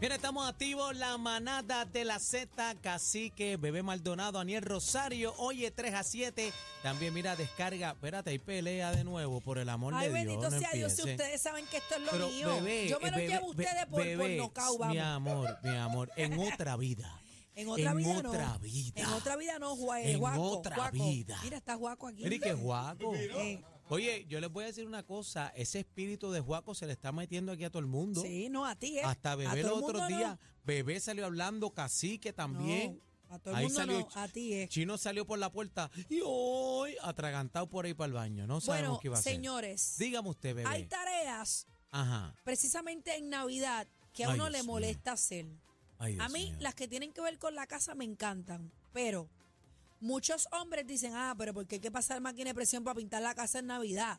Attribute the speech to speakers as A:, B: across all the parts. A: Mira, estamos activos la manada de la Z, Cacique, Bebé Maldonado, Aniel Rosario, oye 3 a 7. También mira, descarga, espérate, hay pelea de nuevo, por el amor
B: Ay,
A: de Dios.
B: bendito
A: no
B: sea Dios, si
A: empiecen.
B: ustedes saben que esto es lo
A: Pero,
B: mío.
A: bebé,
B: Yo me lo
A: bebé,
B: llevo a ustedes
A: be-
B: por, por
A: bebé,
B: nocao,
A: Mi
B: vamos.
A: amor, mi amor, en otra vida.
B: En otra
A: en
B: vida
A: otra
B: no.
A: vida.
B: En otra vida no, eh, Juaco.
A: En otra vida.
B: Mira, está Juaco aquí.
A: Mira, y que Juaco.
B: Eh,
A: Oye, yo les voy a decir una cosa, ese espíritu de Juaco se le está metiendo aquí a todo el mundo.
B: Sí, no, a ti, ¿eh?
A: Hasta
B: A
A: Bebé
B: todo
A: los
B: el
A: otros
B: mundo no.
A: días, Bebé salió hablando, Cacique también.
B: No, a todo el
A: Ahí
B: mundo
A: salió
B: no, a ti, ¿eh?
A: Chino salió por la puerta y hoy atragantado por ahí para el baño. No sabemos
B: Bueno,
A: qué iba a hacer.
B: señores,
A: Dígame usted, bebé.
B: hay tareas
A: Ajá.
B: precisamente en Navidad que a
A: Ay,
B: uno
A: Dios
B: le
A: mío.
B: molesta hacer.
A: Ay, Dios
B: a mí
A: mío.
B: las que tienen que ver con la casa me encantan, pero muchos hombres dicen, ah, pero ¿por qué hay que pasar máquina de presión para pintar la casa en Navidad?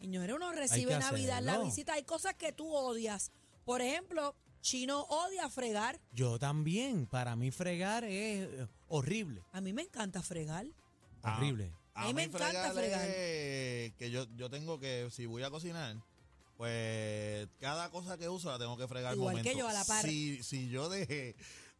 B: Señores, uno recibe Navidad en la
A: hacerlo.
B: visita, hay cosas que tú odias. Por ejemplo, Chino odia fregar.
A: Yo también. Para mí fregar es eh, horrible.
B: A mí me encanta fregar.
C: Ah.
A: Horrible.
B: A mí me encanta fregar.
C: es que yo, yo tengo que, si voy a cocinar, pues cada cosa que uso la tengo que fregar al
B: Igual
C: momento.
B: que yo, a la par.
C: Si, si yo dejé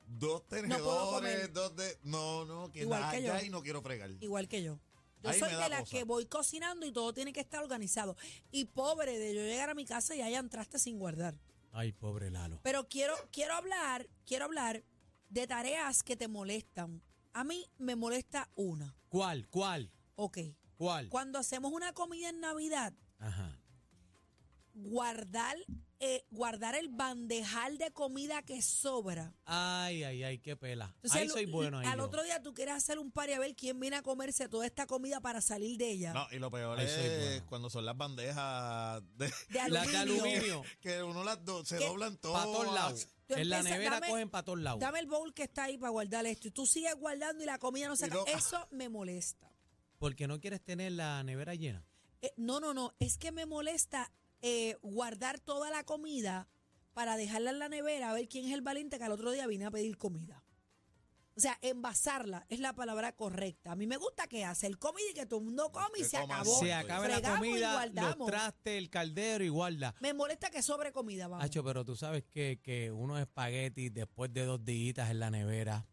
C: dos
B: puedo
C: tenedores,
B: comer.
C: dos de... No, no, que
B: Igual
C: nada,
B: que yo.
C: ya y no quiero fregar.
B: Igual que yo. Yo
C: Ahí
B: soy
C: me
B: de
C: da
B: las
C: cosa.
B: que voy cocinando y todo tiene que estar organizado. Y pobre de yo llegar a mi casa y hayan trastes sin guardar.
A: Ay, pobre Lalo.
B: Pero quiero, quiero hablar, quiero hablar de tareas que te molestan. A mí me molesta una.
A: ¿Cuál? ¿Cuál?
B: Ok.
A: ¿Cuál?
B: Cuando hacemos una comida en Navidad,
A: Ajá.
B: guardar, eh, guardar el bandejal de comida que sobra.
A: Ay, ay, ay, qué pela.
B: Entonces,
A: ahí
B: al-
A: soy bueno. Ahí
B: Al
A: yo.
B: otro día tú quieres hacer un par y a ver quién viene a comerse toda esta comida para salir de ella.
C: No, y lo peor
A: Ahí
C: es
A: soy bueno.
C: cuando son las bandejas de-
B: De
A: La de aluminio.
C: que uno las do- se
B: ¿Qué?
C: doblan
A: Para todos
C: todas.
A: lados.
B: Tú
A: En la
B: empiezas,
A: nevera
B: dame-
A: cogen para todos lados.
B: Dame el bowl que está ahí para guardar esto. Y tú sigues guardando y la comida no se
C: Y
B: acaba.
C: no-
B: Eso me molesta.
A: Porque no quieres tener la nevera llena.
B: Eh, no, no, no. Es que me molesta eh, guardar toda la comida para dejarla en la nevera a ver quién es el valiente que al otro día viene a pedir comida. O sea, envasarla es la palabra correcta. A mí me gusta que hacer comida y que todo el mundo come y
C: Que
B: se
C: coman
B: acabó.
C: Voy,
A: Se acaba la
B: Fregamos y
A: comida, los
B: guardamos.
A: trastes, el caldero y guarda.
B: Me molesta que sobre comida, vamos.
A: Hacho, pero tú sabes que, que unos espaguetis después de dos días en la nevera.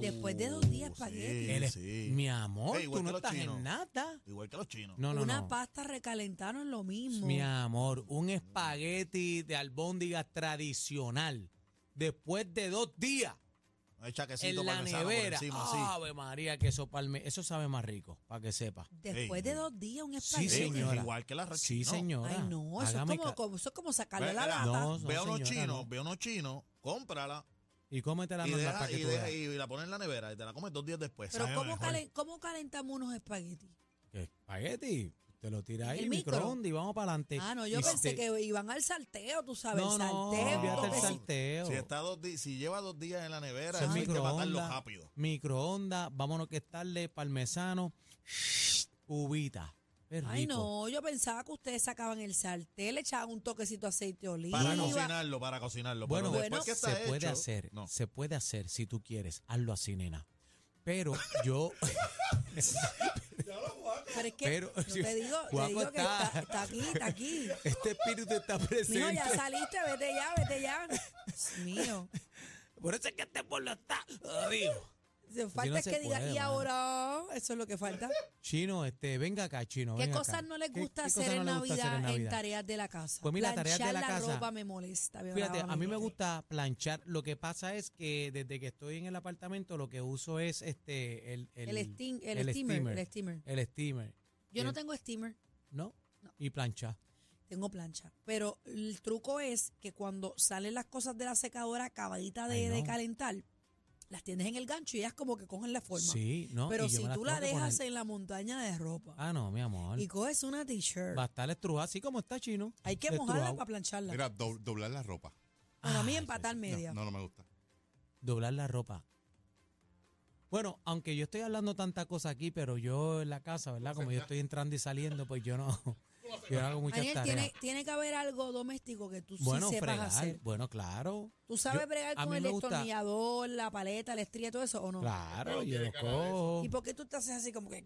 B: Después de dos días
C: Uh,
B: espagueti.
C: sí,
A: Él es-
C: sí.
A: Mi amor,
C: Ey, igual
A: tú no
C: que los
A: estás
C: chinos.
A: en nada.
C: Igual que los chinos.
A: No, no,
B: Una
A: no.
B: pasta recalentada no es lo mismo.
A: Mi amor, un espagueti de albóndigas tradicional. Después de dos días
C: Hay chaquecito
A: en la
C: parmesano por
A: nevera. Ah,
C: encima, sí.
A: Ave María, que eso, palme, eso sabe más rico, para que sepa.
B: Después
C: Ey.
B: de dos días un
A: Sí,
B: espagueti.
C: Ey, es
A: señora.
C: igual que la arroz
A: Sí,
C: chino.
A: señora.
B: Ay, no, eso es,
A: Hágame
B: como,
A: ca-
B: como- eso es como sacarle
C: Ve-
B: la
C: ve la-
B: lata.
A: No, no,
C: Ve a unos
A: señora,
C: chinos,
A: no.
C: ve a unos chinos, cómprala
A: Y cómetela
C: y,
A: nota
C: deja-
A: para que
C: y
A: tú
C: deja-
A: veas.
C: y la pones en la nevera y te la comes dos días después.
B: Pero
C: Sabe
B: ¿cómo,
C: mejor.
B: calen- cómo calentamos unos espaguetis?
A: ¿Qué espagueti? Te lo tiras ahí,
B: ¿El micro?
A: microondas y vamos para adelante.
B: Ah, no, yo
A: Y
B: pensé
A: te-
B: que iban al salteo, tú sabes,
A: Este, No,
B: el
A: no,
B: salteo.
A: olvídate
B: porque
A: del
B: si-
A: salteo. salteo.
C: Si, está dos di- si lleva dos días en la nevera,
A: Son
C: eso hay que matarlo
A: microondas.
C: rápido.
A: microondas, vámonos que estarle parmesano, ubita. Es
B: Ay,
A: rico.
B: no, yo pensaba que ustedes sacaban el salteo, le echaban un toquecito de aceite de oliva.
C: Para cocinarlo, para cocinarlo.
A: Bueno,
C: pero después
B: bueno,
C: que está
A: se puede
C: hecho,
A: hacer,
C: no.
A: se puede hacer si tú quieres, hazlo así, nena. Pero yo,
B: Pero es que,
A: Pero-
B: yo te digo, te
A: Juaco
B: digo que
A: está-
B: está, está aquí, está aquí.
A: este espíritu está
B: Mijo,
A: presente.
B: ya saliste, vete ya, vete ya. Dios mío.
A: Por eso es que este pueblo está. jodido.
B: Se falta
A: no
B: es
A: se
B: que diga,
A: puede,
B: y
A: mano.
B: ahora, oh, eso es lo que falta.
A: Chino, este, venga acá, chino.
B: ¿Qué
A: venga
B: cosas
A: acá.
B: no les
A: ¿Qué-
B: gusta,
A: qué
B: hacer,
A: cosas
B: en
A: no les gusta
B: Navidad,
A: hacer en
B: en
A: Navidad?
B: tareas de la casa?
A: Pues mira, tareas de
B: Planchar
A: la casa.
B: ropa me molesta. me
A: Fíjate,
B: brava,
A: a mí me
B: molesta.
A: gusta planchar. Lo que pasa es que desde que estoy en el apartamento, lo que uso es este el
B: El, steam- el steamer, el steamer.
A: el steamer,
B: Yo no
A: el-
B: tengo steamer,
A: ¿no?
B: No.
A: Y planchar.
B: tengo plancha. Pero el truco es que cuando salen las cosas de la secadora acabadita de,
A: Ay, no.
B: de calentar, las tienes en el gancho y ellas como que cogen la forma.
A: Sí, no.
B: Pero
A: y yo
B: si
A: me las
B: tú la
A: tengo que
B: dejas
A: poner-
B: en la montaña de ropa
A: Ah, no, mi amor.
B: y coges una t-shirt,
A: Va a estar estrujada así como está chino.
B: hay que mojarla
A: Estrujado.
B: para plancharla.
D: Mira, do- doblar la ropa.
B: Bueno, a mí
A: Ay,
B: empatar
D: No,
B: media.
D: No, no me gusta.
A: Doblar la ropa. Bueno, aunque yo estoy hablando tanta cosa aquí, pero yo en la casa, ¿verdad? Como yo estoy entrando y saliendo, pues yo no. Yo hago muchas
B: Daniel,
A: tareas.
B: tiene, tiene que haber algo doméstico que tú sí
A: bueno,
B: sepas
A: fregar.
B: hacer.
A: Bueno, claro.
B: ¿Tú sabes
A: Yo-
B: bregar
A: a
B: con
A: mí
B: el
A: me gusta-
B: destornillador, la paleta, la estría, todo eso o no?
A: Claro,
D: No
A: yo
D: tiene
A: lo
D: cara de eso.
A: cojo.
B: ¿Y por qué tú te haces así como que.?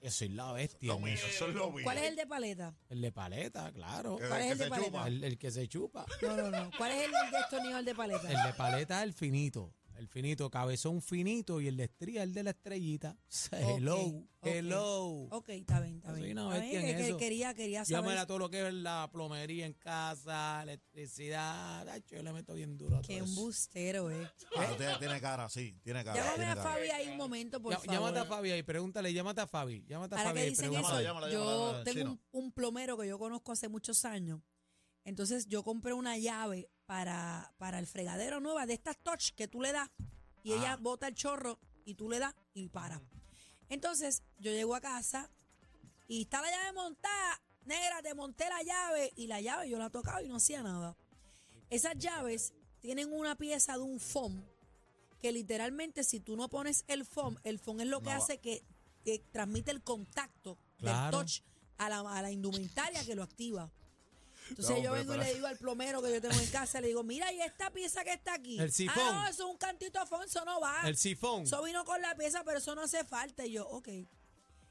A: Yo soy la bestia.
D: Lo
A: mi-
D: mío, eso es lo mío.
B: ¿Cuál es el de paleta?
A: El de paleta, claro.
D: Que-
B: ¿Cuál es
D: que
B: el de
D: se
B: paleta?
D: chupa.
A: El, el que se chupa.
B: No, no, no. ¿Cuál es el destornillador de paleta?
A: El de paleta es el finito. El finito, cabezón finito y el de estría, el de la estrellita. Hello,
B: ok.
A: hello.
B: Ok, está bien, está
A: Yo soy
B: bien.
A: una
B: Está bien,
A: bestia en
B: que- que
A: eso.
B: Quería, quería
A: Yo me
B: saber.
A: la todo lo que es la plomería en casa, electricidad. Ay, yo le meto bien duro a todo
B: Qué
A: eso.
B: embustero, eh.
C: Ah, tiene, tiene cara, sí, tiene cara.
B: Llámame
C: tiene
B: a
C: cara.
B: Fabi ahí un momento, por
A: Ya-
B: favor.
A: Llámate a Fabi ahí, pregúntale, llámate a Fabi. Llámate a
B: Ahora
A: Fabi
B: que
A: ahí,
B: dicen
A: pregúntale.
B: eso,
C: Llámala, llámala,
B: yo
C: llámala,
B: tengo un,
C: chino.
B: un plomero que yo conozco hace muchos años. Entonces yo compré una llave para, para el fregadero nueva de estas touch que tú le das y ella
A: Ah.
B: bota el chorro y tú le das y para. Entonces yo llego a casa y está la llave montada. Negra, te monté la llave y la llave yo la tocaba y no hacía nada. Esas llaves tienen una pieza de un foam que literalmente si tú no pones el foam, el foam es lo que
C: No va.
B: hace que, que transmite el contacto
A: Claro.
B: del touch a la, a la indumentaria que lo activa. Entonces
C: No,
B: yo
C: hombre,
B: vengo y
C: pero-
B: le digo al plomero que yo tengo en casa, le digo, mira, y esta pieza que está aquí.
A: El sifón.
B: Ah, no, eso es un cantito foam, eso no va.
A: El sifón.
B: Eso vino con la pieza, pero eso no hace falta. Y yo, ok.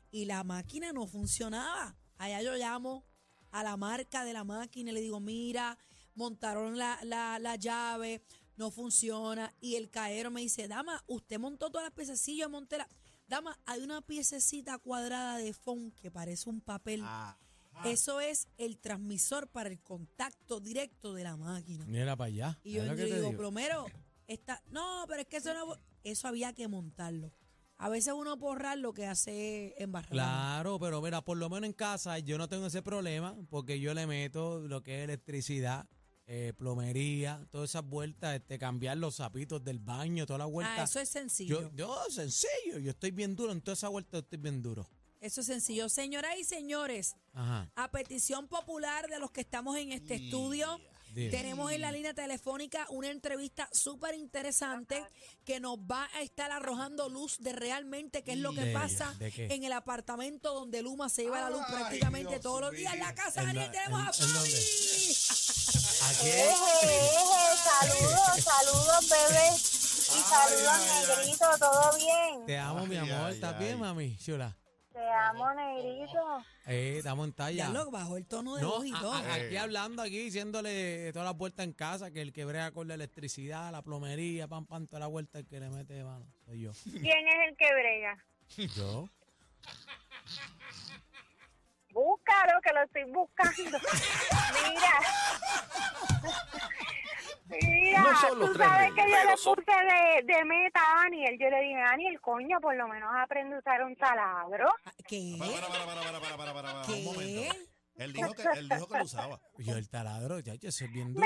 B: Y la máquina no funcionaba. Allá yo llamo a la marca de la máquina y le digo, mira, montaron la, la- la llave, no funciona. Y el caero me dice, dama, usted montó todas las piezas. Sí, yo monté la... Dama, hay una piececita cuadrada de foam que parece un papel.
C: Ah,
B: Eso es el transmisor para el contacto directo de la máquina.
A: Mira para allá.
B: Y yo,
A: ¿sabes lo que
B: entro y
A: te
B: digo,
A: digo?
B: plomero, está, no, pero es que eso no, eso había que montarlo. A veces uno borrar lo que hace es embarrar. Ah,
A: Claro, pero mira, por lo menos en casa yo no tengo ese problema porque yo le meto lo que es electricidad, eh, plomería, todas esas vueltas, este, cambiar los zapitos del baño, todas las
B: Ah,
A: vueltas.
B: eso es sencillo.
A: yo, yo, sencillo, yo estoy bien duro, en toda esa vuelta yo estoy bien duro.
B: eso es sencillo. Señoras y señores,
A: Ajá.
B: a petición popular de los que estamos en este estudio,
A: Dime.
B: tenemos en la línea telefónica una entrevista súper interesante que nos va a estar arrojando luz de realmente qué es lo que
A: ¿De-
B: pasa
A: de qué?
B: en el apartamento donde Luma se lleva la luz
D: Ay,
B: prácticamente
D: Dios
B: todos los
D: mío.
B: días. En la casa,
A: ¿En
B: Daniel,
A: la-
B: tenemos
A: en-
B: a
A: en dónde?
B: Fabi.
A: Aquí,
E: Eje, eje, saludos, saludos, bebé. Y saludos, negrito, ¿todo bien?
A: te amo, mi
C: Ay,
A: amor,
C: ay,
A: ¿estás
C: ay.
A: bien, mami? Chula.
E: Te amo, negrito.
A: Eh, estamos en
B: Ya
A: talla.
B: lo bajó el tono de
A: No, ah,
B: voz y
A: a-
B: todo.
A: a- aquí hablando, aquí diciéndole de todas las vueltas en casa, que el que brega con la electricidad, la plomería, pam, pam, toda la vuelta, el que le mete mano, soy yo.
E: ¿Quién es el que brega?
A: ¿Yo?
E: Búscalo, que lo estoy buscando. Mira. Mira,
F: No son los
E: tú
F: tres
E: sabes
F: reyes,
E: que yo
F: pero
E: le
F: son-
E: puse de, de meta a Daniel. Yo le dije, Daniel, coño, por lo menos aprende a usar un taladro.
B: Ah,
A: ah,
B: ¿Qué?
C: Para, para, para, para, para, para, para, para,
B: ¿Qué?
C: un momento. Él dijo que, él dijo que lo usaba.
A: Yo el taladro, chacho, eso es bien duro.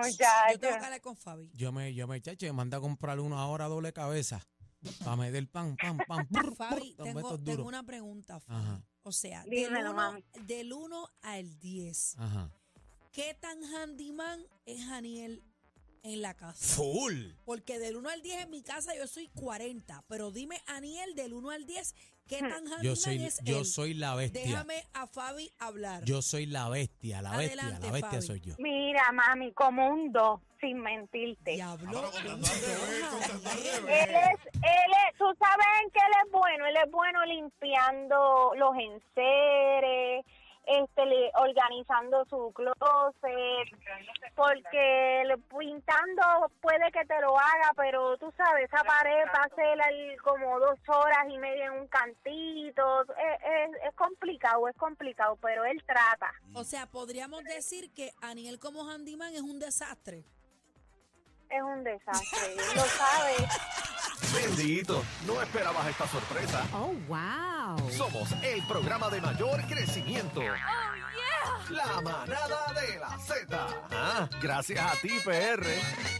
B: Yo tengo que
E: muchachos.
B: hablar con Fabi.
A: Yo me, yo me, chacho, me manda a comprar uno ahora doble cabeza. Para meter pan, pan, pan. brr,
B: Fabi,
A: brr, tan
B: tengo,
A: estos
B: tengo
A: duros.
B: una pregunta. Fabi.
A: Ajá,
B: O sea, del
E: Dímelo,
B: 1,
E: mami.
B: del uno al 10,
A: ajá.
B: ¿qué tan handyman es Daniel en la casa?
A: Full.
B: Porque del 1 al 10 en mi casa yo soy 40, pero dime, Aniel, del 1 al 10, ¿qué
E: Hmm.
B: tan handyman
A: Yo soy,
B: es
A: yo
B: él?
A: soy la bestia.
B: Déjame a Fabi hablar.
A: Yo soy la bestia, la bestia,
B: Adelante,
A: la bestia
B: Fabi.
A: soy yo.
E: Mira, mami, como un dos, sin mentirte.
B: Diablo.
C: Ahora contando al revés, contando al revés.
E: Él es, él es, tú sabes en qué él es bueno, él es bueno limpiando los enseres, este, le- organizando su closet, porque le- pintando puede que te lo haga, pero tú sabes, esa pared va a ser al- como dos horas y media en un cantito, es, es- es complicado, es complicado, pero él trata.
B: O sea, podríamos decir que Aniel como handyman es un desastre.
E: Es un desastre, él lo sabes.
F: Bendito, no esperabas esta sorpresa.
G: Oh, wow.
F: Somos el programa de mayor crecimiento. La manada de la Z. Ah, gracias a ti, PR.